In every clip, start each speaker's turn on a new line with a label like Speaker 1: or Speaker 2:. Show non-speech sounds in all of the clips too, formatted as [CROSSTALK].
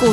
Speaker 1: 股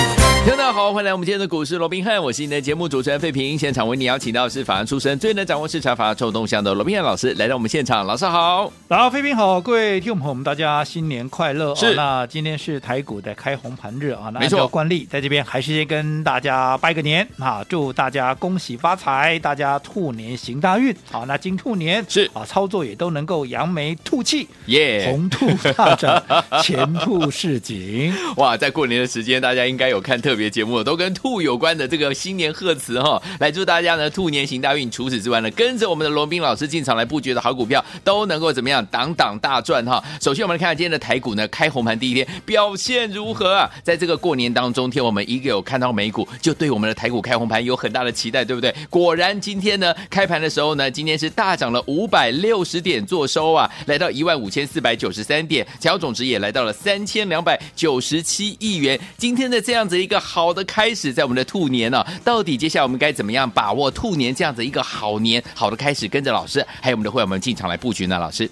Speaker 2: 听众大家好，欢迎来我们今天的股市罗宾汉，我是你的节目主持人费平。现场为你邀请到的是法案出身、最能掌握市场法臭动向的罗宾汉老师来到我们现场，老师好。
Speaker 3: 然后，飞平好，各位听众朋友们，大家新年快乐！
Speaker 2: 是
Speaker 3: 哦、那今天是台股的开红盘日啊，那
Speaker 2: 没
Speaker 3: 按
Speaker 2: 错
Speaker 3: 照惯例，在这边还是先跟大家拜个年啊，祝大家恭喜发财，大家兔年行大运。好，那金兔年
Speaker 2: 是哎
Speaker 3: 啊，操作也都能够扬眉吐气，
Speaker 2: 耶
Speaker 3: 红兔大展，前兔似锦。
Speaker 2: 哇，在过年的时间，大家应该有看特别节目，都跟兔有关的这个新年贺词哈、来祝大家呢兔年行大运。除此之外呢，跟着我们的罗宾老师进场来布局的好股票，都能够怎么样，挡挡大赚哈、首先，我们来看看今天的台股呢，开红盘第一天表现如何啊？在这个过年当中，天我们一个有看到美股，就对我们的台股开红盘有很大的期待，对不对？果然今天呢，开盘的时候呢，今天是大涨了五百六十点做收啊，来到一万五千四百九十三点，成交总值也来到了三千两百九十七亿元。今天的这样子一个好的开始，在我们的兔年呢、啊到底接下来我们该怎么样把握兔年这样子一个好年、好的开始？跟着老师还有我们的会员们进场来布局呢，老
Speaker 3: [LAUGHS]
Speaker 2: 师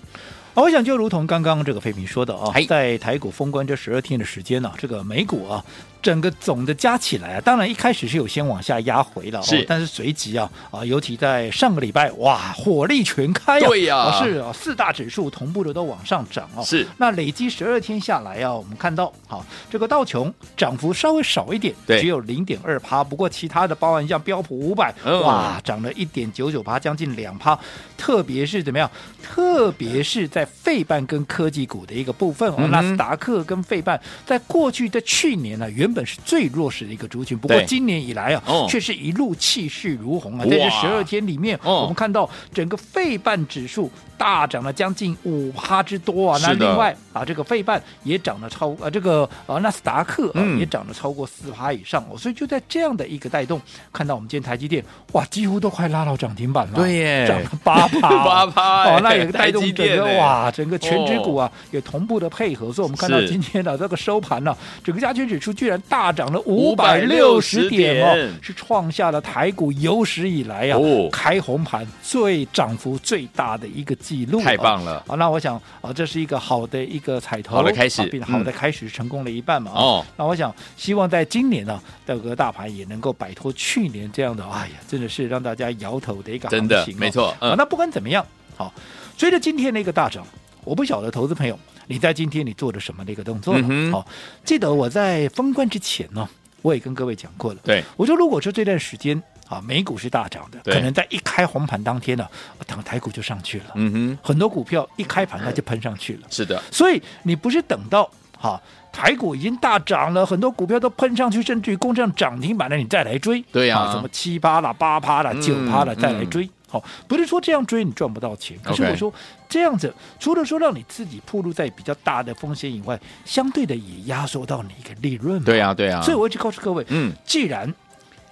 Speaker 3: 啊，我想就如同刚刚这个费平说的啊
Speaker 2: 哎，
Speaker 3: 在台股封关这十二天的时间呢、这个美股啊，整个总的加起来啊，当然一开始是有先往下压回了、哦，
Speaker 2: 是
Speaker 3: 但是随即啊啊，尤其在上个礼拜，哇，火力全开啊，
Speaker 2: 对呀
Speaker 3: 啊是啊，四大指数同步的都往上涨哦，
Speaker 2: 是
Speaker 3: 那累积十二天下来啊，我们看到好、这个道琼涨幅稍微少一点，
Speaker 2: 对
Speaker 3: 只有零点二趴，不过其他的包含像标普五百、
Speaker 2: 嗯
Speaker 3: 哇，涨了一点九九八，将近两趴。特别是怎么样？特别是在费半跟科技股的一个部分哦，
Speaker 2: 嗯哼
Speaker 3: 纳斯达克跟费半在过去的去年呢、原本是最弱势的一个族群，不过
Speaker 2: 对
Speaker 3: 今年以来啊，
Speaker 2: 哦
Speaker 3: 却是一路气势如虹
Speaker 2: 哇
Speaker 3: 啊。在这十二天里面，
Speaker 2: 哦
Speaker 3: 我们看到整个费半指数大涨了将近五趴之多啊。那
Speaker 2: 是的
Speaker 3: 另外啊，这个费半也涨了超啊，这个啊纳斯达克啊、
Speaker 2: 嗯
Speaker 3: 也涨了超过四趴以上哦。所以就在这样的一个带动，看到我们今天台积电哇，几乎都快拉到涨停板了，
Speaker 2: 对耶
Speaker 3: 涨了八趴，
Speaker 2: [LAUGHS] 八趴哎
Speaker 3: 哦，那也带动
Speaker 2: 台积
Speaker 3: 整
Speaker 2: 电
Speaker 3: 个
Speaker 2: 哎
Speaker 3: 哇，整个全指股啊、也同步的配合，所以我们看到
Speaker 2: 是
Speaker 3: 今天的、这个收盘呢、整个加权指数居然大涨了五百六
Speaker 2: 560
Speaker 3: 十点哦
Speaker 2: 点，
Speaker 3: 是创下了台股有史以来呀、啊
Speaker 2: 哦
Speaker 3: 开红盘最涨幅最大的一个记录、
Speaker 2: 太棒了！
Speaker 3: 啊，那我想啊，这是一个好的一个彩头，
Speaker 2: 好的开始
Speaker 3: 啊并
Speaker 2: 嗯
Speaker 3: 好的开始，成功了一半嘛。啊
Speaker 2: 哦，
Speaker 3: 那我想希望在今年呢、这个大盘也能够摆脱去年这样的，哎呀，真的是让大家摇头的一个行
Speaker 2: 真
Speaker 3: 情、
Speaker 2: 的
Speaker 3: 哦，
Speaker 2: 没错，
Speaker 3: 啊
Speaker 2: 嗯，，
Speaker 3: 那不管怎么样，好，随着今天的一个大涨，我不晓得投资朋友你在今天你做了什么的一个动作了。
Speaker 2: 嗯哼
Speaker 3: 好，记得我在封关之前呢，我也跟各位讲过了，
Speaker 2: 对，
Speaker 3: 我说如果说这段时间啊，美股是大涨的，
Speaker 2: 对
Speaker 3: 可能在一开红盘当天呢，等台股就上去了，
Speaker 2: 嗯哼，
Speaker 3: 很多股票一开盘它就喷上去了。
Speaker 2: 是的，
Speaker 3: 所以你不是等到哈、台股已经大涨了，很多股票都喷上去，甚至于攻上涨停板了，你再来追，啊
Speaker 2: 对呀
Speaker 3: 什么七趴啦、八趴啦、
Speaker 2: 嗯
Speaker 3: 九趴啦，再来
Speaker 2: 嗯
Speaker 3: 追。好、不是说这样追你赚不到钱，可是
Speaker 2: OK
Speaker 3: 我说这样子，除了说让你自己暴露在比较大的风险以外，相对的也压缩到你一个利润嘛。
Speaker 2: 对啊，对啊，
Speaker 3: 所以我一直告诉各位，
Speaker 2: 嗯，
Speaker 3: 既然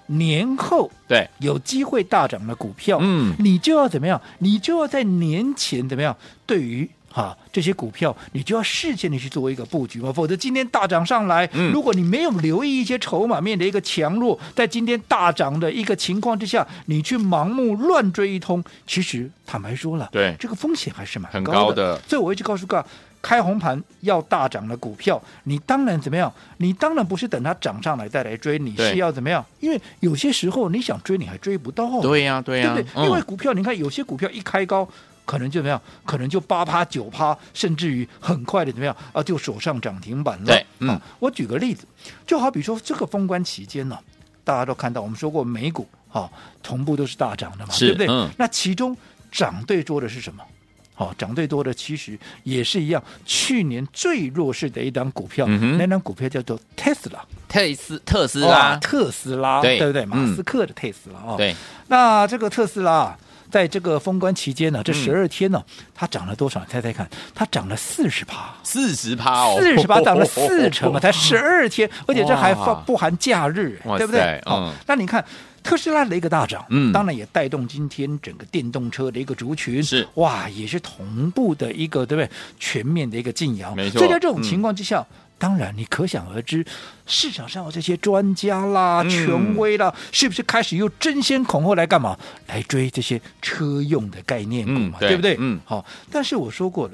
Speaker 3: 年后
Speaker 2: 对，
Speaker 3: 有机会大涨的股票，
Speaker 2: 嗯
Speaker 3: 你就要怎么样？你就要在年前怎么样？对于哈、这些股票，你就要事先的去做一个布局嘛，否则今天大涨上来，
Speaker 2: 嗯
Speaker 3: 如果你没有留意一些筹码面的一个强弱，在今天大涨的一个情况之下，你去盲目乱追一通，其实坦白说了，
Speaker 2: 对
Speaker 3: 这个风险还是蛮
Speaker 2: 很
Speaker 3: 高
Speaker 2: 高的
Speaker 3: 所以我一直告诉各位。开红盘要大涨的股票，你当然怎么样？你当然不是等它涨上来再来追，你
Speaker 2: 对
Speaker 3: 是要怎么样？因为有些时候你想追，你还追不到嘛。
Speaker 2: 对呀，对呀，
Speaker 3: 哦对不对？
Speaker 2: 嗯
Speaker 3: 因为股票，你看有些股票一开高。可能就怎么样？可能就八趴九趴，甚至于很快的怎么样啊？就手上涨停板了。
Speaker 2: 对嗯
Speaker 3: 啊我举个例子，就好比说这个封关期间呢、大家都看到，我们说过美股啊，同步都是大涨的嘛，
Speaker 2: 是
Speaker 3: 对不对？
Speaker 2: 嗯
Speaker 3: 那其中涨最多的是什么？好、涨最多的其实也是一样，去年最弱势的一档股票，
Speaker 2: 嗯哼
Speaker 3: 那档股票叫做 Tesla，
Speaker 2: 特斯特斯
Speaker 3: 哇
Speaker 2: 拉，
Speaker 3: 哦特斯拉，
Speaker 2: 对
Speaker 3: 对不对？马
Speaker 2: 嗯
Speaker 3: 斯克的特斯拉啊、哦，
Speaker 2: 对，
Speaker 3: 那这个特斯拉在这个封关期间呢，这十二天呢，它涨了多少？你猜猜看，它涨了四十趴。
Speaker 2: 四十趴哦，
Speaker 3: 四
Speaker 2: [LAUGHS]
Speaker 3: 十趴涨了四成啊，才十二天，而且这还放不含假日
Speaker 2: 哇，
Speaker 3: 对不对
Speaker 2: 塞？
Speaker 3: 好、
Speaker 2: 嗯
Speaker 3: 那你看。特斯拉的一个大涨，
Speaker 2: 嗯
Speaker 3: 当然也带动今天整个电动车的一个族群，
Speaker 2: 是
Speaker 3: 哇，也是同步的一个，对不对？全面的一个进扬，
Speaker 2: 没错
Speaker 3: 所以在这种
Speaker 2: 嗯
Speaker 3: 情况之下，当然你可想而知，市场上的这些专家啦、
Speaker 2: 嗯
Speaker 3: 权威啦，是不是开始又争先恐后来干嘛？来追这些车用的概念股
Speaker 2: 嗯
Speaker 3: 嘛，
Speaker 2: 对
Speaker 3: 不对？
Speaker 2: 嗯
Speaker 3: 好，但是我说过了，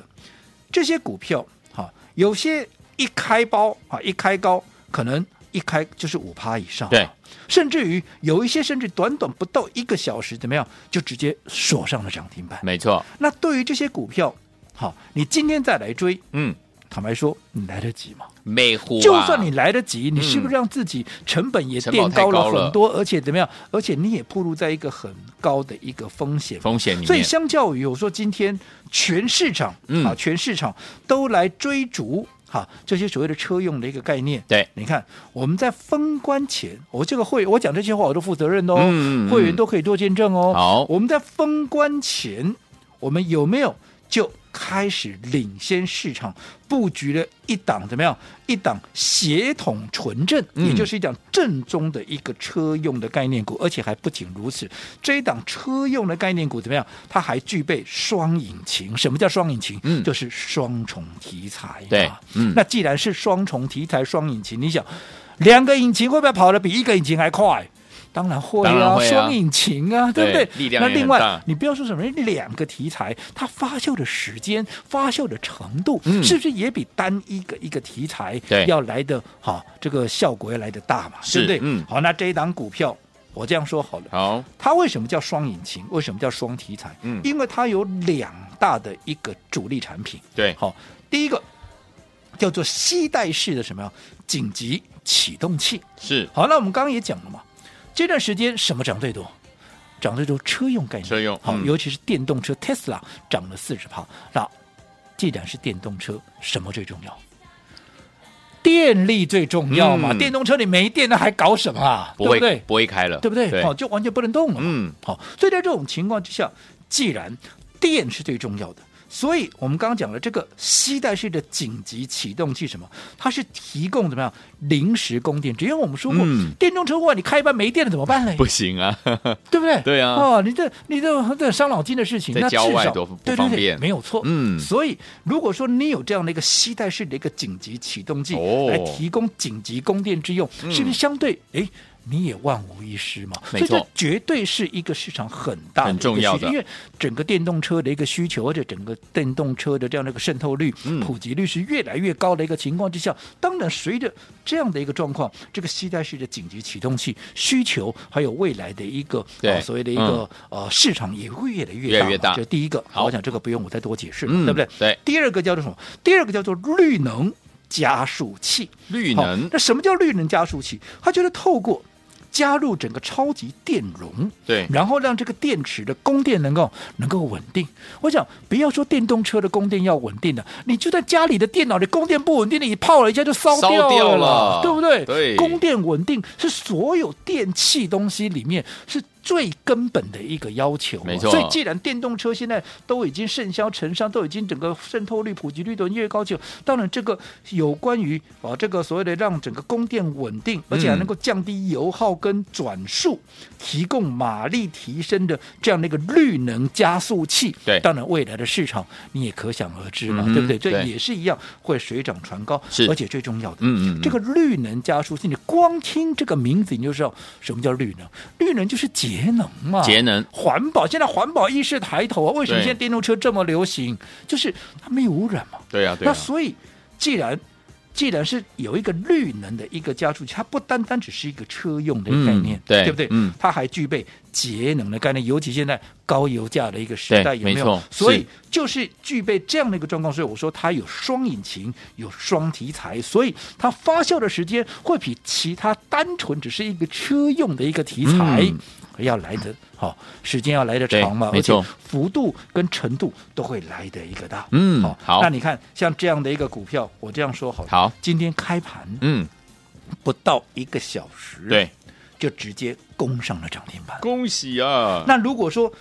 Speaker 3: 这些股票，哈、有些一开包啊，一开高，可能一开就是五趴以上，
Speaker 2: 对，
Speaker 3: 甚至于有一些甚至短短不到一个小时，怎么样，就直接锁上了涨停板。
Speaker 2: 没错，
Speaker 3: 那对于这些股票，好、你今天再来追，
Speaker 2: 嗯，
Speaker 3: 坦白说，你来得及吗？
Speaker 2: 美湖啊
Speaker 3: 就算你来得及，你
Speaker 2: 嗯
Speaker 3: 是不是让自己成本也
Speaker 2: 成本
Speaker 3: 垫高
Speaker 2: 嗯太高
Speaker 3: 了
Speaker 2: 了
Speaker 3: 很多，而且怎么样？而且你也暴露在一个很高的一个风险
Speaker 2: 风险里
Speaker 3: 所以
Speaker 2: 面，
Speaker 3: 相较于我说今天全市场、
Speaker 2: 嗯
Speaker 3: 啊，全市场都来追逐哈、这些所谓的车用的一个概念。
Speaker 2: 对
Speaker 3: 你看我们在封关前，我这个会我讲这些话我都负责任的哦，
Speaker 2: 嗯嗯嗯
Speaker 3: 会员都可以做见证哦。
Speaker 2: 好
Speaker 3: 我们在封关前，我们有没有就？开始领先市场布局了一档怎么样？一档协同纯正，
Speaker 2: 嗯
Speaker 3: 也就是一档正宗的一个车用的概念股，而且还不仅如此，这一档车用的概念股怎么样？它还具备双引擎。什么叫双引擎？
Speaker 2: 嗯
Speaker 3: 就是双重题材嘛。
Speaker 2: 对嗯
Speaker 3: 那既然是双重题材、双引擎，你想两个引擎会不会跑得比一个引擎还快？当然会
Speaker 2: 当然
Speaker 3: 啊，
Speaker 2: 会啊
Speaker 3: 双引擎啊，对不
Speaker 2: 对
Speaker 3: 对？
Speaker 2: 力量也
Speaker 3: 那
Speaker 2: 很
Speaker 3: 另外
Speaker 2: 大，
Speaker 3: 你不要说什么两个题材，它发酵的时间、发酵的程度，
Speaker 2: 嗯
Speaker 3: 是不是也比单一个一个题材
Speaker 2: 对
Speaker 3: 要来的好、这个效果要来的大嘛？
Speaker 2: 是
Speaker 3: 对不对？
Speaker 2: 嗯
Speaker 3: 好，那这一档股票，我这样说好了，
Speaker 2: 好，
Speaker 3: 它为什么叫双引擎？为什么叫双题材？
Speaker 2: 嗯
Speaker 3: 因为它有两大的一个主力产品。
Speaker 2: 对，
Speaker 3: 好，第一个叫做吸带式的什么呀？紧急启动器。
Speaker 2: 是
Speaker 3: 好，那我们刚刚也讲了嘛，这段时间什么涨最多？涨最多车用概念，
Speaker 2: 车用
Speaker 3: 好，
Speaker 2: 嗯
Speaker 3: 尤其是电动车 Tesla 涨了四十趴。那既然是电动车，什么最重要？电力最重要嘛？
Speaker 2: 嗯
Speaker 3: 电动车你没电，那还搞什么啊？
Speaker 2: 不会
Speaker 3: 对不对？
Speaker 2: 不会开了，
Speaker 3: 对不对？好、就完全不能动了。
Speaker 2: 嗯
Speaker 3: 嗯，好、所以在这种情况之下，既然电是最重要的，所以我们刚刚讲了这个吸带式的紧急启动器，什么？它是提供怎么样临时供电？只因为我们说过，
Speaker 2: 嗯
Speaker 3: 电动车哇，你开一半没电了怎么办嘞？
Speaker 2: 不行啊， [LAUGHS]
Speaker 3: 对不对？
Speaker 2: 对啊
Speaker 3: 哦，你这你这这伤脑筋的事情，
Speaker 2: 在
Speaker 3: 那至
Speaker 2: 郊
Speaker 3: 少
Speaker 2: 外多不
Speaker 3: 对
Speaker 2: 方
Speaker 3: 对对
Speaker 2: 便
Speaker 3: 没有错。
Speaker 2: 嗯
Speaker 3: 所以如果说你有这样的一个吸带式的一个紧急启动剂、
Speaker 2: 哦嗯
Speaker 3: 来提供紧急供电之用，是不是相对诶你也万无一失嘛，
Speaker 2: 没
Speaker 3: 所以这
Speaker 2: 错
Speaker 3: 绝对是一个市场很大的
Speaker 2: 很重
Speaker 3: 一个需求
Speaker 2: 要的
Speaker 3: 因为整个电动车的一个需求，而且整个电动车的这样的一个渗透率、
Speaker 2: 嗯
Speaker 3: 普及率是越来越高的一个情况之下，当然随着这样的一个状况，这个吸带式的紧急启动器需求，还有未来的一个
Speaker 2: 对嗯
Speaker 3: 啊所谓的一个、呃市场也会越来越
Speaker 2: 越来
Speaker 3: 大嘛，
Speaker 2: 越大
Speaker 3: 这第一个，
Speaker 2: 好
Speaker 3: 我想这个不用我再多解释了，
Speaker 2: 嗯
Speaker 3: 对不对？
Speaker 2: 对
Speaker 3: 第二个叫做什么？第二个叫做绿能加速器。
Speaker 2: 绿
Speaker 3: 好
Speaker 2: 能
Speaker 3: 那什么叫绿能加速器？它就是透过加入整个超级电容，
Speaker 2: 对
Speaker 3: 然后让这个电池的供电能够能够稳定。我想，不要说电动车的供电要稳定的，你就在家里的电脑，你供电不稳定的，你泡了一下就烧
Speaker 2: 烧
Speaker 3: 掉
Speaker 2: 掉了
Speaker 3: 了对不对？
Speaker 2: 对
Speaker 3: 供电稳定是所有电器东西里面是最根本的一个要求嘛。
Speaker 2: 没错
Speaker 3: 所以既然电动车现在都已经盛销成商，都已经整个渗透率、普及率都越高就，当然这个有关于啊这个所谓的让整个供电稳定，而且还能够降低油耗跟转速，提供马力提升的这样的一个绿能加速器。
Speaker 2: 对
Speaker 3: 当然未来的市场你也可想而知嘛，
Speaker 2: 嗯哼
Speaker 3: 对不对？这
Speaker 2: 对
Speaker 3: 也是一样会水涨船高，
Speaker 2: 是
Speaker 3: 而且最重要的，
Speaker 2: 嗯嗯嗯
Speaker 3: 这个绿能加速器，你光听这个名字你就知道什么叫绿能，绿能就是节能嘛，
Speaker 2: 节能
Speaker 3: 环保，现在环保意识抬头啊！为什么
Speaker 2: 对
Speaker 3: 现在电动车这么流行？就是它没有污染嘛。
Speaker 2: 对啊对
Speaker 3: 那
Speaker 2: 啊，
Speaker 3: 所以，既然既然是有一个绿能的一个加速器，它不单单只是一个车用的概念，
Speaker 2: 嗯对
Speaker 3: 对不对？
Speaker 2: 嗯
Speaker 3: 它还具备节能的概念，尤其现在高油价的一个时代，
Speaker 2: 对
Speaker 3: 有没
Speaker 2: 没
Speaker 3: 有
Speaker 2: 错？
Speaker 3: 所以
Speaker 2: 是
Speaker 3: 就是具备这样的一个状况，所以我说它有双引擎，有双题材，所以它发酵的时间会比其他单纯只是一个车用的一个题材。
Speaker 2: 嗯
Speaker 3: 要来的好、时间要来的
Speaker 2: 对
Speaker 3: 长嘛，
Speaker 2: 没错，
Speaker 3: 幅度跟程度都会来的一个大。
Speaker 2: 嗯
Speaker 3: 好，
Speaker 2: 好
Speaker 3: 那你看像这样的一个股票，我这样说好了，
Speaker 2: 好
Speaker 3: 今天开盘
Speaker 2: 嗯，
Speaker 3: 不到一个小时，
Speaker 2: 对，，
Speaker 3: 就直接攻上了涨停板。
Speaker 2: 恭喜啊，
Speaker 3: 那如果说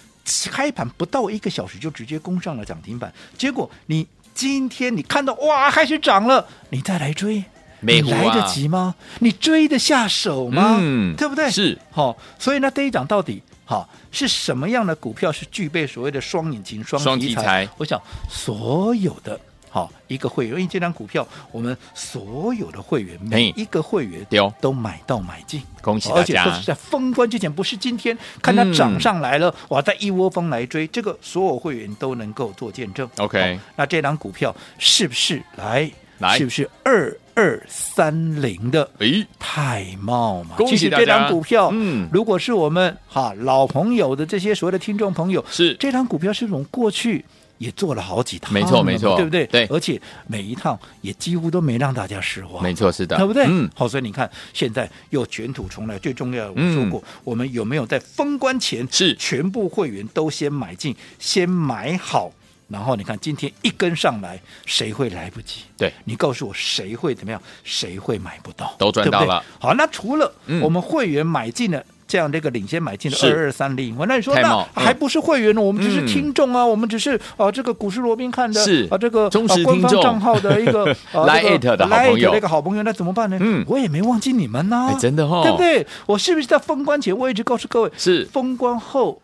Speaker 3: 开盘不到一个小时就直接攻上了涨停板，结果你今天你看到哇开始涨了，你再来追。
Speaker 2: 没
Speaker 3: 你
Speaker 2: 胡啊
Speaker 3: 来得及吗？你追得下手吗？
Speaker 2: 嗯
Speaker 3: 对不对？
Speaker 2: 是
Speaker 3: 好、所以呢，这一档到底好、是什么样的股票是具备所谓的双引擎、双
Speaker 2: 双
Speaker 3: 题
Speaker 2: 题
Speaker 3: 材？
Speaker 2: 材
Speaker 3: 我想所有的。好，一个会员，因为这张股票，我们所有的会员，每一个会员
Speaker 2: 对哦
Speaker 3: 都买到买进，哦
Speaker 2: 恭喜
Speaker 3: 而
Speaker 2: 大
Speaker 3: 且说
Speaker 2: 家
Speaker 3: 是在封关之前，不是今天看它涨
Speaker 2: 嗯
Speaker 3: 上来了，哇，再一窝蜂来追，这个所有会员都能够做见证。
Speaker 2: OK
Speaker 3: 好那这张股票是不是来？
Speaker 2: 来
Speaker 3: 是不是二二三零的
Speaker 2: 诶，
Speaker 3: 泰茂嘛？
Speaker 2: 恭喜
Speaker 3: 其实
Speaker 2: 大
Speaker 3: 这
Speaker 2: 家
Speaker 3: 张股票，
Speaker 2: 嗯
Speaker 3: 如果是我们哈老朋友的这些所谓的听众朋友，
Speaker 2: 是
Speaker 3: 这张股票是从过去。也做了好几趟了
Speaker 2: 没
Speaker 3: 嘛，
Speaker 2: 错没错
Speaker 3: 对不对？
Speaker 2: 对
Speaker 3: 而且每一趟也几乎都没让大家失望，
Speaker 2: 没错，是的，
Speaker 3: 对不对？
Speaker 2: 嗯，
Speaker 3: 好，所以你看，现在又卷土重来，最重要的我说过，我们有没有在封关前
Speaker 2: 嗯是
Speaker 3: 全部会员都先买进，先买好，然后你看今天一根上来，谁会来不及？
Speaker 2: 对，
Speaker 3: 你告诉我谁会怎么样？谁会买不到？
Speaker 2: 都赚
Speaker 3: 对不
Speaker 2: 到
Speaker 3: 对
Speaker 2: 了。
Speaker 3: 好，那除了
Speaker 2: 嗯
Speaker 3: 我们会员买进了。这样的一个领先买进的
Speaker 2: 是
Speaker 3: 二二三零以外，那你说
Speaker 2: 太
Speaker 3: 那
Speaker 2: 猛嗯
Speaker 3: 还不是会员呢？我们只是
Speaker 2: 嗯
Speaker 3: 听众啊，我们只是啊这个股市罗宾看的
Speaker 2: 是
Speaker 3: 啊这个
Speaker 2: 忠
Speaker 3: 啊
Speaker 2: 实
Speaker 3: 官
Speaker 2: 听
Speaker 3: 方
Speaker 2: 众
Speaker 3: 账号的一
Speaker 2: [LAUGHS]
Speaker 3: 个啊
Speaker 2: 来
Speaker 3: 这
Speaker 2: it
Speaker 3: 个
Speaker 2: 的好
Speaker 3: 来
Speaker 2: 朋
Speaker 3: it
Speaker 2: 友
Speaker 3: 的一个好朋友，那怎么办呢？
Speaker 2: 嗯
Speaker 3: 我也没忘记你们呐
Speaker 2: 哎，真的哦
Speaker 3: 对不对？我是不是在封关前我一直告诉各位，
Speaker 2: 是
Speaker 3: 封关后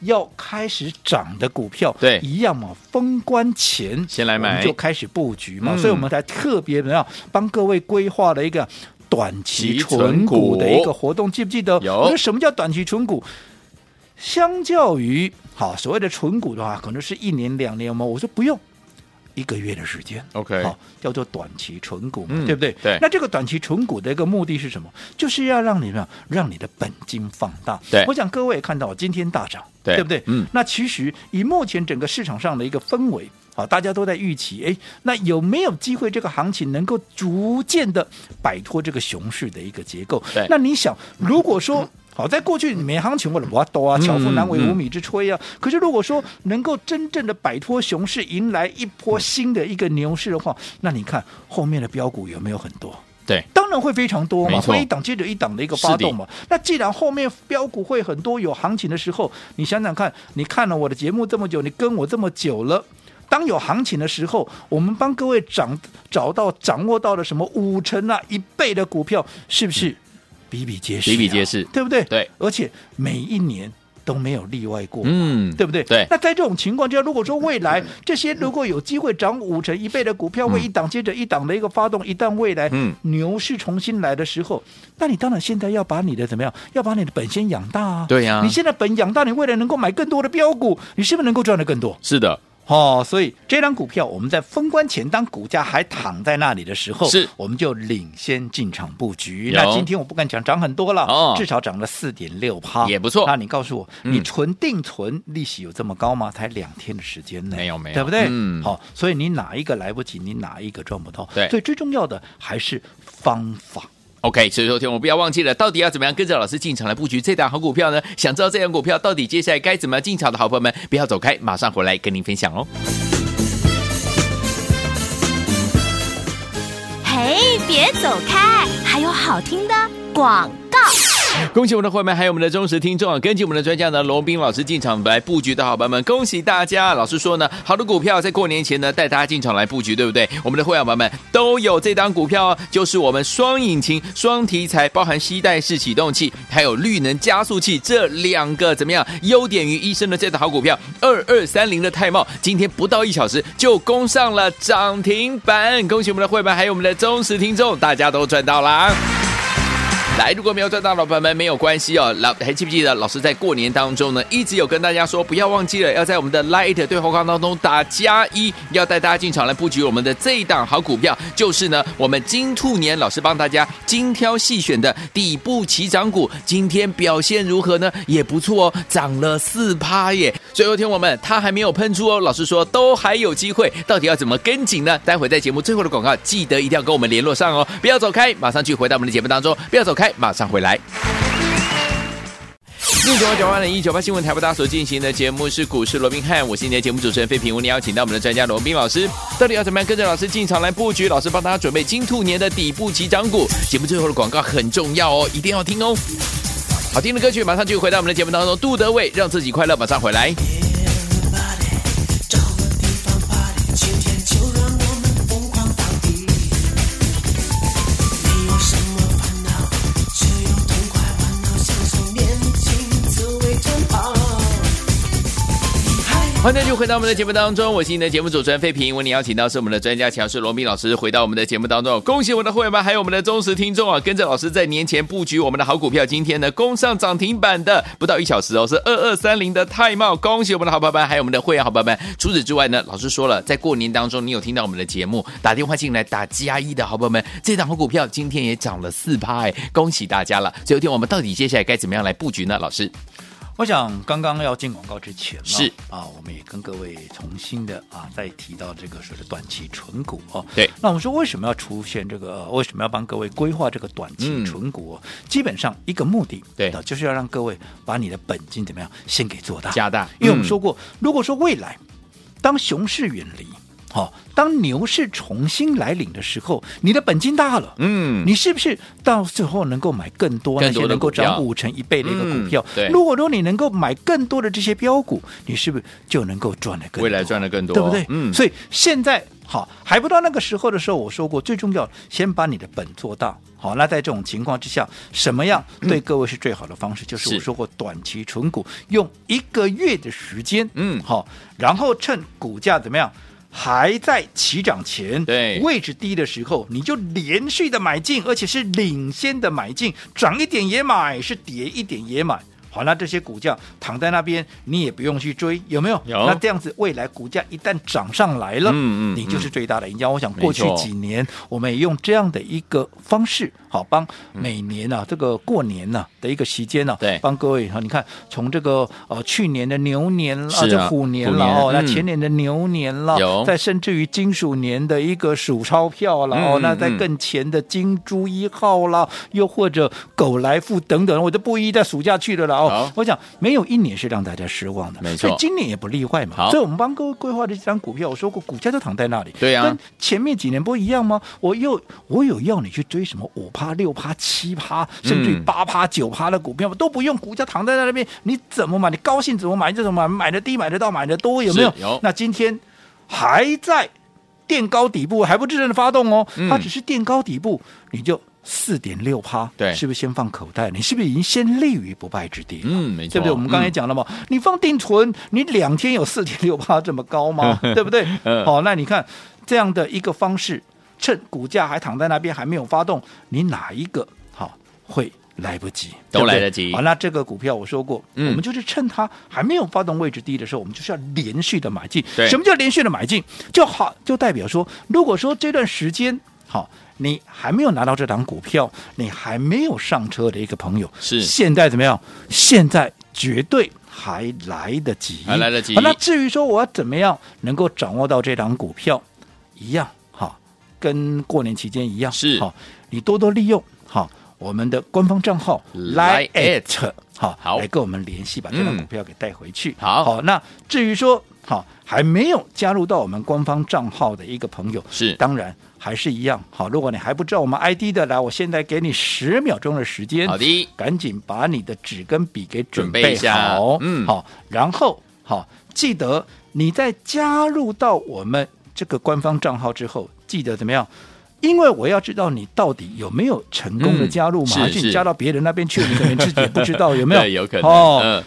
Speaker 3: 要开始涨的股票，
Speaker 2: 对
Speaker 3: 一样嘛。封关前
Speaker 2: 先来买
Speaker 3: 我们就开始布局嘛，
Speaker 2: 嗯
Speaker 3: 所以我们才特别怎么样帮各位规划了一个短期
Speaker 2: 期
Speaker 3: 存
Speaker 2: 存
Speaker 3: 股
Speaker 2: 股
Speaker 3: 的一个活动，记不记得？
Speaker 2: 有
Speaker 3: 我说什么叫短期存股？相较于好所谓的存股的话，可能是一年两年嘛，我说不用一个月的时间。
Speaker 2: OK
Speaker 3: 好，叫做短期存股嘛，
Speaker 2: 嗯
Speaker 3: 对不对？
Speaker 2: 对
Speaker 3: 那这个短期存股的一个目的是什么？就是要让你们让你的本金放大。
Speaker 2: 对
Speaker 3: 我想各位也看到今天大涨，
Speaker 2: 对
Speaker 3: 不对？
Speaker 2: 嗯。
Speaker 3: 那其实以目前整个市场上的一个氛围。好，大家都在预期，哎，那有没有机会这个行情能够逐渐的摆脱这个熊市的一个结构？
Speaker 2: 对
Speaker 3: 那你想，如果说好，在过去每行情我的我都啊，
Speaker 2: 嗯
Speaker 3: 巧妇难为
Speaker 2: 嗯
Speaker 3: 无米之炊啊。可是如果说能够真正的摆脱熊市，迎来一波新的一个牛市的话，那你看后面的标股有没有很多？
Speaker 2: 对，
Speaker 3: 当然会非常多嘛，
Speaker 2: 没错
Speaker 3: 会一档接着一档的一个发动嘛。那既然后面标股会很多有行情的时候，你想想看，你看了我的节目这么久，你跟我这么久了。当有行情的时候，我们帮各位掌找到掌握到了什么五成啊一倍的股票，是不是比比皆
Speaker 2: 嗯
Speaker 3: 是、
Speaker 2: 比比皆是
Speaker 3: 对不对？
Speaker 2: 对，
Speaker 3: 而且每一年都没有例外过。
Speaker 2: 嗯，
Speaker 3: 对不对？
Speaker 2: 对嗯
Speaker 3: 那在这种情况之下，如果说未来这些如果有机会涨五成一倍的股票，会一档接着一档的一个发动，一旦未来
Speaker 2: 嗯
Speaker 3: 牛市重新来的时候，那你当然现在要把你的怎么样？要把你的本先养大啊！
Speaker 2: 对呀
Speaker 3: 你现在本养大，你未来能够买更多的标股，你是不是能够赚得更多？
Speaker 2: 是的，
Speaker 3: 哦，所以这张股票我们在封关前，当股价还躺在那里的时候，
Speaker 2: 是
Speaker 3: 我们就领先进场布局。
Speaker 2: 有
Speaker 3: 那今天我不敢讲涨很多了，
Speaker 2: 哦
Speaker 3: 至少涨了四点六趴，
Speaker 2: 也不错
Speaker 3: 那你告诉我，
Speaker 2: 嗯
Speaker 3: 你纯定存利息有这么高吗？才两天的时间呢，
Speaker 2: 没有没有
Speaker 3: 对不对？
Speaker 2: 嗯
Speaker 3: 好，所以你哪一个来不及，你哪一个赚不到？
Speaker 2: 对
Speaker 3: 所以最重要的还是方法。
Speaker 2: OK，所以说，天我们不要忘记了，到底要怎么样跟着老师进场来布局这档好股票呢？想知道这档股票到底接下来该怎么样进场的好朋友们，不要走开，马上回来跟您分享哦。
Speaker 1: 嘿，别走开，还有好听的广告。
Speaker 2: [LAUGHS] 恭喜我们的会员，还有我们的忠实听众啊！跟紧我们的专家呢，罗斌老师进场来布局的好朋友们，恭喜大家！老师说呢，好的股票在过年前呢带大家进场来布局，对不对？我们的会员朋友们都有这档股票哦，就是我们双引擎、双题材，包含吸带式启动器，还有绿能加速器这两个怎么样？优点于一身的这档好股票二二三零的泰茂，今天不到一小时就攻上了涨停板，恭喜我们的会员，还有我们的忠实听众，大家都赚到啦！来，如果没有赚到的朋友们没有关系哦。老还记不记得老师在过年当中呢，一直有跟大家说，不要忘记了要在我们的 Light 对话框当中打加一，要带大家进场来布局我们的这一档好股票，就是呢我们金兔年老师帮大家精挑细选的底部起涨股，今天表现如何呢？也不错哦，涨了四趴耶。最后天我们它还没有喷出哦，老师说都还有机会，到底要怎么跟紧呢？待会在节目最后的广告，记得一定要跟我们联络上哦，不要走开，马上去回到我们的节目当中，不要走开，马上回来。六九九万零一九八新闻台为大家所进行的节目是股市罗宾汉，我是你的节目主持人费平，我们邀请到我们的专家罗宾老师，到底要怎么样跟着老师进场来布局？老师帮大家准备金兔年的底部起涨股，节目最后的广告很重要哦，一定要听哦。好听的歌曲马上就回到我们的节目当中，杜德伟让自己快乐，马上回来。
Speaker 4: 找个地方 party，今天就让我们疯狂到底。没有什么烦恼，只有痛快欢闹，享受年轻滋味真好。你还
Speaker 2: 欢迎继续回到我们的节目当中，我是你的节目主持人费平。为你邀请到是我们的专家乔氏罗斌老师回到我们的节目当中，恭喜我们的会员们，还有我们的忠实听众啊！跟着老师在年前布局我们的好股票，今天呢攻上涨停板的不到一小时哦，是二二三零的泰茂，恭喜我们的好伙伴，还有我们的会员好伙伴。除此之外呢，啊老师说了，在过年当中，你有听到我们的节目，打电话进来打加一的好朋友们，这档好股票今天也涨了四趴，哎，恭喜大家了！所以，今天我们到底接下来该怎么样来布局呢？老师，
Speaker 3: 我想刚刚要进广告之前呢，
Speaker 2: 是
Speaker 3: 啊，我们也跟各位重新的啊再提到这个所谓的短期纯股哦。
Speaker 2: 对
Speaker 3: 那我们说为什么要出现这个？呃为什么要帮各位规划这个短期纯股、哦？基本上一个目的，
Speaker 2: 嗯对
Speaker 3: 啊就是要让各位把你的本金怎么样先给做大，
Speaker 2: 加大
Speaker 3: 因为我们
Speaker 2: 嗯
Speaker 3: 说过，如果说未来当熊市远离。好、当牛市重新来临的时候，你的本金大了，
Speaker 2: 嗯，
Speaker 3: 你是不是到最后能够买更多那
Speaker 2: 更多
Speaker 3: 些
Speaker 2: 的
Speaker 3: 能够
Speaker 2: 股票
Speaker 3: 涨五成一倍的一个
Speaker 2: 嗯
Speaker 3: 股票？
Speaker 2: 对
Speaker 3: 如果说你能够买更多的这些标股，你是不是就能够赚得更多？
Speaker 2: 未来赚的更多，
Speaker 3: 对不对？
Speaker 2: 嗯，
Speaker 3: 所以现在好还不到那个时候的时候，我说过最重要，先把你的本做大。好，那在这种情况之下，什么样对各位是最好的方式？就是
Speaker 2: 是
Speaker 3: 我说过，短期存股用一个月的时间，
Speaker 2: 嗯
Speaker 3: 好，然后趁股价怎么样？还在起涨前，
Speaker 2: 对
Speaker 3: 位置低的时候，你就连续的买进，而且是领先的买进，涨一点也买，是跌一点也买。好，那这些股价躺在那边，你也不用去追，有没有？
Speaker 2: 有
Speaker 3: 那这样子，未来股价一旦涨上来了，
Speaker 2: 嗯嗯
Speaker 3: 你就是最大的赢家。我想
Speaker 2: 没
Speaker 3: 过去
Speaker 2: 错
Speaker 3: 几年，我们也用这样的一个方式，好帮每年呢、啊这个过年呢、的一个时间呢、
Speaker 2: 对
Speaker 3: 帮各位啊，你看从这个呃去年的牛年啦
Speaker 2: 是啊
Speaker 3: 这虎年了
Speaker 2: 虎
Speaker 3: 哦，
Speaker 2: 年
Speaker 3: 那
Speaker 2: 嗯
Speaker 3: 前年的牛年了
Speaker 2: 有，
Speaker 3: 再甚至于金属年的一个数钞票了
Speaker 2: 嗯
Speaker 3: 哦，那
Speaker 2: 嗯
Speaker 3: 在
Speaker 2: 嗯
Speaker 3: 更前的金猪一号啦，又或者狗来富等等，我就不一一再数下去了啦
Speaker 2: 好
Speaker 3: 哦。我想没有一年是让大家失望的，
Speaker 2: 没错
Speaker 3: 所以今年也不例外嘛。
Speaker 2: 好
Speaker 3: 所以我们帮各位规划的这张股票，我说过股价就躺在那里，
Speaker 2: 对啊
Speaker 3: 跟前面几年不一样吗？我又我有要你去追什么五趴、六趴、七趴，甚至于
Speaker 2: 嗯
Speaker 3: 八趴、九趴的股票吗？都不用，股价躺在那边，你怎么买？你高兴怎么买就怎么买，买的低，买的到，买的多，有没有？
Speaker 2: 是有
Speaker 3: 那今天还在垫高底部，还不真正的发动哦，
Speaker 2: 嗯
Speaker 3: 它只是垫高底部，你就。四点六趴，
Speaker 2: 对
Speaker 3: 是不是先放口袋？你是不是已经先立于不败之地了？
Speaker 2: 嗯没错
Speaker 3: 对不对？我们刚才
Speaker 2: 嗯
Speaker 3: 讲了嘛，你放定存，你两天有四点六八这么
Speaker 2: [LAUGHS]
Speaker 3: 高吗？对不对？
Speaker 2: 嗯
Speaker 3: 好，那你看这样的一个方式，趁股价还躺在那边还没有发动，你哪一个好会来不及？
Speaker 2: 都
Speaker 3: 对不对
Speaker 2: 来得及
Speaker 3: 好，那这个股票我说过，
Speaker 2: 嗯
Speaker 3: 我们就是趁它还没有发动位置低的时候，我们就是要连续的买进。
Speaker 2: 对
Speaker 3: 什么叫连续的买进？就好，就代表说，如果说这段时间好。你还没有拿到这档股票，你还没有上车的一个朋友，
Speaker 2: 是
Speaker 3: 现在怎么样？现在绝对还来得及，
Speaker 2: 还来得及
Speaker 3: 好那至于说我要怎么样能够掌握到这档股票，一样哈，跟过年期间一样
Speaker 2: 是
Speaker 3: 好，你多多利用哈我们的官方账号
Speaker 2: Line it
Speaker 3: 好，
Speaker 2: 好
Speaker 3: 来跟我们联系，把这档
Speaker 2: 嗯
Speaker 3: 股票给带回去。
Speaker 2: 好
Speaker 3: 好，那至于说好还没有加入到我们官方账号的一个朋友，
Speaker 2: 嗯是
Speaker 3: 当然还是一样好。如果你还不知道我们 ID 的，来，我现在给你十秒钟的时间，
Speaker 2: 好的，
Speaker 3: 赶紧把你的纸跟笔给准
Speaker 2: 准备
Speaker 3: 备
Speaker 2: 一下
Speaker 3: 好，
Speaker 2: 嗯
Speaker 3: 好，然后好，记得你在加入到我们这个官方账号之后，记得怎么样？因为我要知道你到底有没有成功的
Speaker 2: 嗯
Speaker 3: 加入嘛，
Speaker 2: 是
Speaker 3: 还是
Speaker 2: 是
Speaker 3: 你加到别人那边去，你可能自己也不知道有没
Speaker 2: [LAUGHS]
Speaker 3: 有？
Speaker 2: 对有可能
Speaker 3: 哦，
Speaker 2: 嗯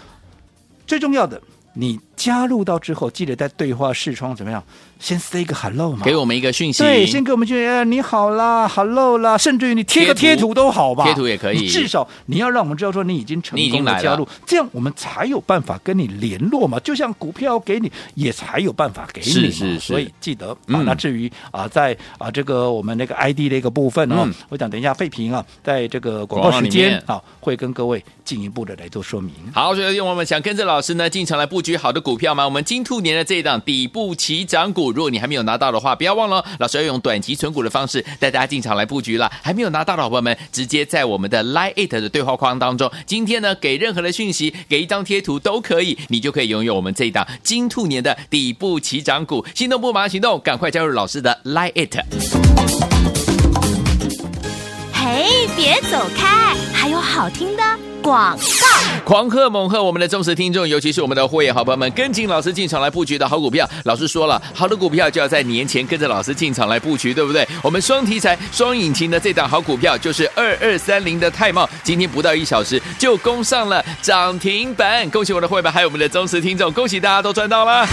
Speaker 3: 最重要的，你加入到之后，记得在对话视窗怎么样，先 say 个 hello 嘛，
Speaker 2: 给我们一个讯息，
Speaker 3: 对，先给我们去，哎你好啦，hello 啦，甚至于你贴个
Speaker 2: 贴
Speaker 3: 贴
Speaker 2: 图
Speaker 3: 图都好吧，
Speaker 2: 贴图也可以
Speaker 3: 你至少你要让我们知道说你已经成
Speaker 2: 你已经
Speaker 3: 功
Speaker 2: 来了
Speaker 3: 的加入，这样我们才有办法跟你联络嘛。就像股票给你，也才有办法给你
Speaker 2: 是
Speaker 3: 嘛。
Speaker 2: 是是
Speaker 3: 所以记得啊，
Speaker 2: 嗯
Speaker 3: 那至于啊，在啊这个我们那个 ID 的一个部分哦，
Speaker 2: 嗯
Speaker 3: 我想等一下费平啊，在这个广
Speaker 2: 广告
Speaker 3: 告时
Speaker 2: 里
Speaker 3: 间
Speaker 2: 面
Speaker 3: 啊，会跟各位进一步的来做说明。
Speaker 2: 好，所以听我们想跟着老师呢进场来布局好的股票吗？我们金兔年的这一档底部起涨股，如果你还没有拿到的话，不要忘了哦，老师要用短期存股的方式带大家进场来布局了。还没有拿到的好朋友们，直接在我们的 Line It 的对话框当中，今天呢给任何的讯息，给一张贴图都可以，你就可以拥有我们这一档金兔年的底部起涨股。心动不马上行动，赶快加入老师的 Line It。
Speaker 1: 嘿，别走开，还有好听的广告。
Speaker 2: [LAUGHS] 狂贺猛贺我们的忠实听众，尤其是我们的会员好朋友们，跟紧老师进场来布局的好股票。老师说了，好的股票就要在年前跟着老师进场来布局，对不对？我们双题材、双引擎的这档好股票就是二二三零的泰茂，今天不到一小时就攻上了涨停板，恭喜我的会员，还有我们的忠实听众，恭喜大家都赚到啦！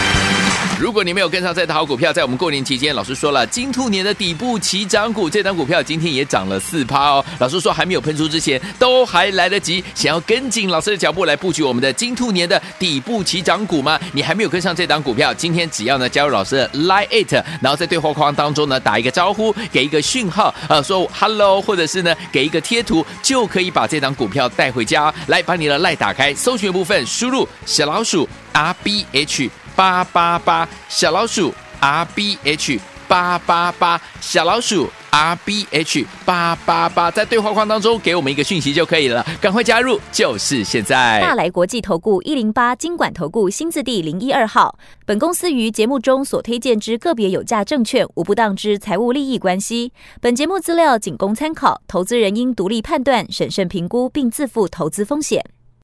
Speaker 2: 如果你没有跟上这档好股票，在我们过年期间，老师说了，金兔年的底部起涨股，这档股票今天也涨了四趴哦。老师说还没有喷出之前，都还来得及。想要跟紧老师的脚步来布局我们的金兔年的底部起涨股吗？你还没有跟上这档股票，今天只要呢加入老师的 Line It，然后在对话框当中呢打一个招呼，给一个讯号，呃，说 Hello，或者是呢给一个贴图，就可以把这档股票带回家哦。来，把你的 Line 打开，搜寻部分输入小老鼠 R B H。八八八，小老鼠 R B H 八八八，小老鼠 R B H 八八八，在对话框当中给我们一个讯息就可以了，赶快加入，就是现在。
Speaker 1: 大来国际投顾一零八金管投顾新字第零一二号。本公司于节目中所推荐之个别有价证券，无不当之财务利益关系。本节目资料仅供参考，投资人应独立判断、审慎评估，并自负投资风险。